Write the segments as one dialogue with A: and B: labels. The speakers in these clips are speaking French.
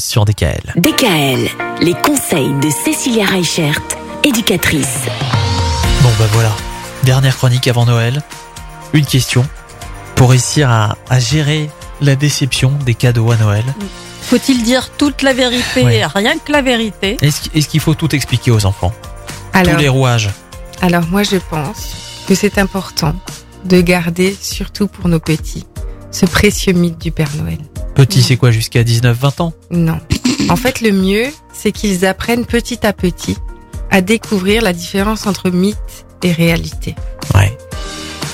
A: sur DKL.
B: DKL, les conseils de Cécilia Reichert, éducatrice.
A: Bon bah voilà, dernière chronique avant Noël. Une question pour réussir à, à gérer la déception des cadeaux à Noël.
C: Faut-il dire toute la vérité,
A: Ouais.
C: rien que la vérité
A: Est-ce qu'- est-ce qu'il faut tout expliquer aux enfants
D: Alors,
A: Tous les rouages
D: alors moi je pense que c'est important de garder, surtout pour nos petits, ce précieux mythe du Père Noël.
A: Petit c'est quoi jusqu'à 19-20 ans
D: Non. En fait, le mieux, c'est qu'ils apprennent petit à petit à découvrir la différence entre mythe et réalité.
A: Ouais.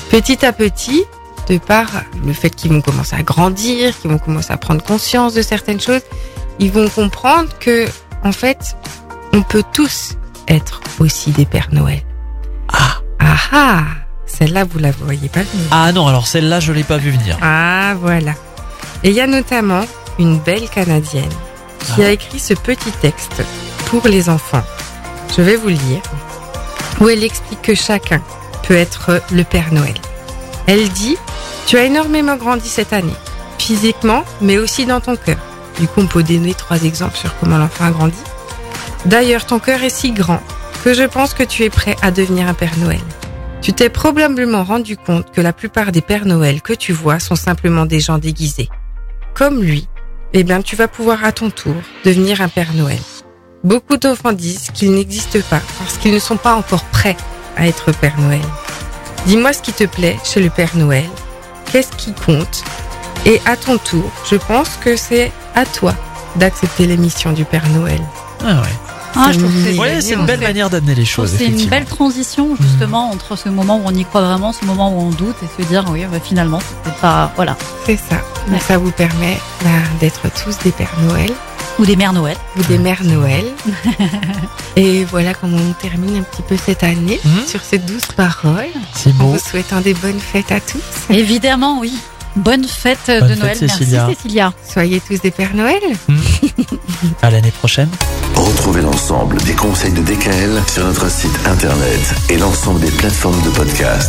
D: Petit à petit, de par le fait qu'ils vont commencer à grandir, qu'ils vont commencer à prendre conscience de certaines choses, ils vont comprendre que, en fait, on peut tous être aussi des Pères Noël.
A: Ah.
D: Ah ah Celle-là, vous la voyez pas venir.
A: Ah non, alors celle-là je l'ai pas vu venir.
D: Ah voilà. Et il y a notamment une belle Canadienne qui
A: Ah.
D: a écrit ce petit texte pour les enfants. Je vais vous le lire. Où elle explique que chacun peut être le Père Noël. Elle dit Tu as énormément grandi cette année, physiquement, mais aussi dans ton cœur. Du coup, on peut donner trois exemples sur comment l'enfant a grandi. D'ailleurs, ton cœur est si grand que je pense que tu es prêt à devenir un Père Noël. Tu t'es probablement rendu compte que la plupart des Pères Noël que tu vois sont simplement des gens déguisés. Comme lui, eh bien tu vas pouvoir à ton tour devenir un Père Noël. Beaucoup d'enfants disent qu'ils n'existent pas parce qu'ils ne sont pas encore prêts à être Père Noël. Dis-moi ce qui te plaît chez le Père Noël, qu'est-ce qui compte, et à ton tour, je pense que c'est à toi d'accepter les missions du Père Noël.
A: Ah ouais.
C: Ah, je trouve que c'est
D: Oui,
A: Ouais, c'est une
C: mignon.
A: belle manière d'amener les
C: Je trouve
A: choses.
C: que C'est une
A: effectivement.
C: belle transition justement entre ce moment où on y croit vraiment, ce moment où on doute et se dire oui bah, finalement c'est peut-être pas voilà
D: C'est ça. Donc
C: Ouais.
D: ça vous permet bah, d'être tous des Pères Noël.
C: ou des mères Noël.
D: ou des mères Noël. Et voilà comment on termine un petit peu cette année
A: Mhm.
D: sur ces douces paroles.
A: C'est
D: En
A: beau.
D: vous souhaitant des bonnes fêtes à tous.
C: Évidemment oui. Bonne fête
A: Bonne
C: de
A: fête,
C: Noël.
A: Cécilia.
C: Merci Cécilia.
D: Soyez tous des Pères Noël.
A: À l'année prochaine.
E: Retrouvez l'ensemble des conseils de DKL sur notre site internet et l'ensemble des plateformes de podcast.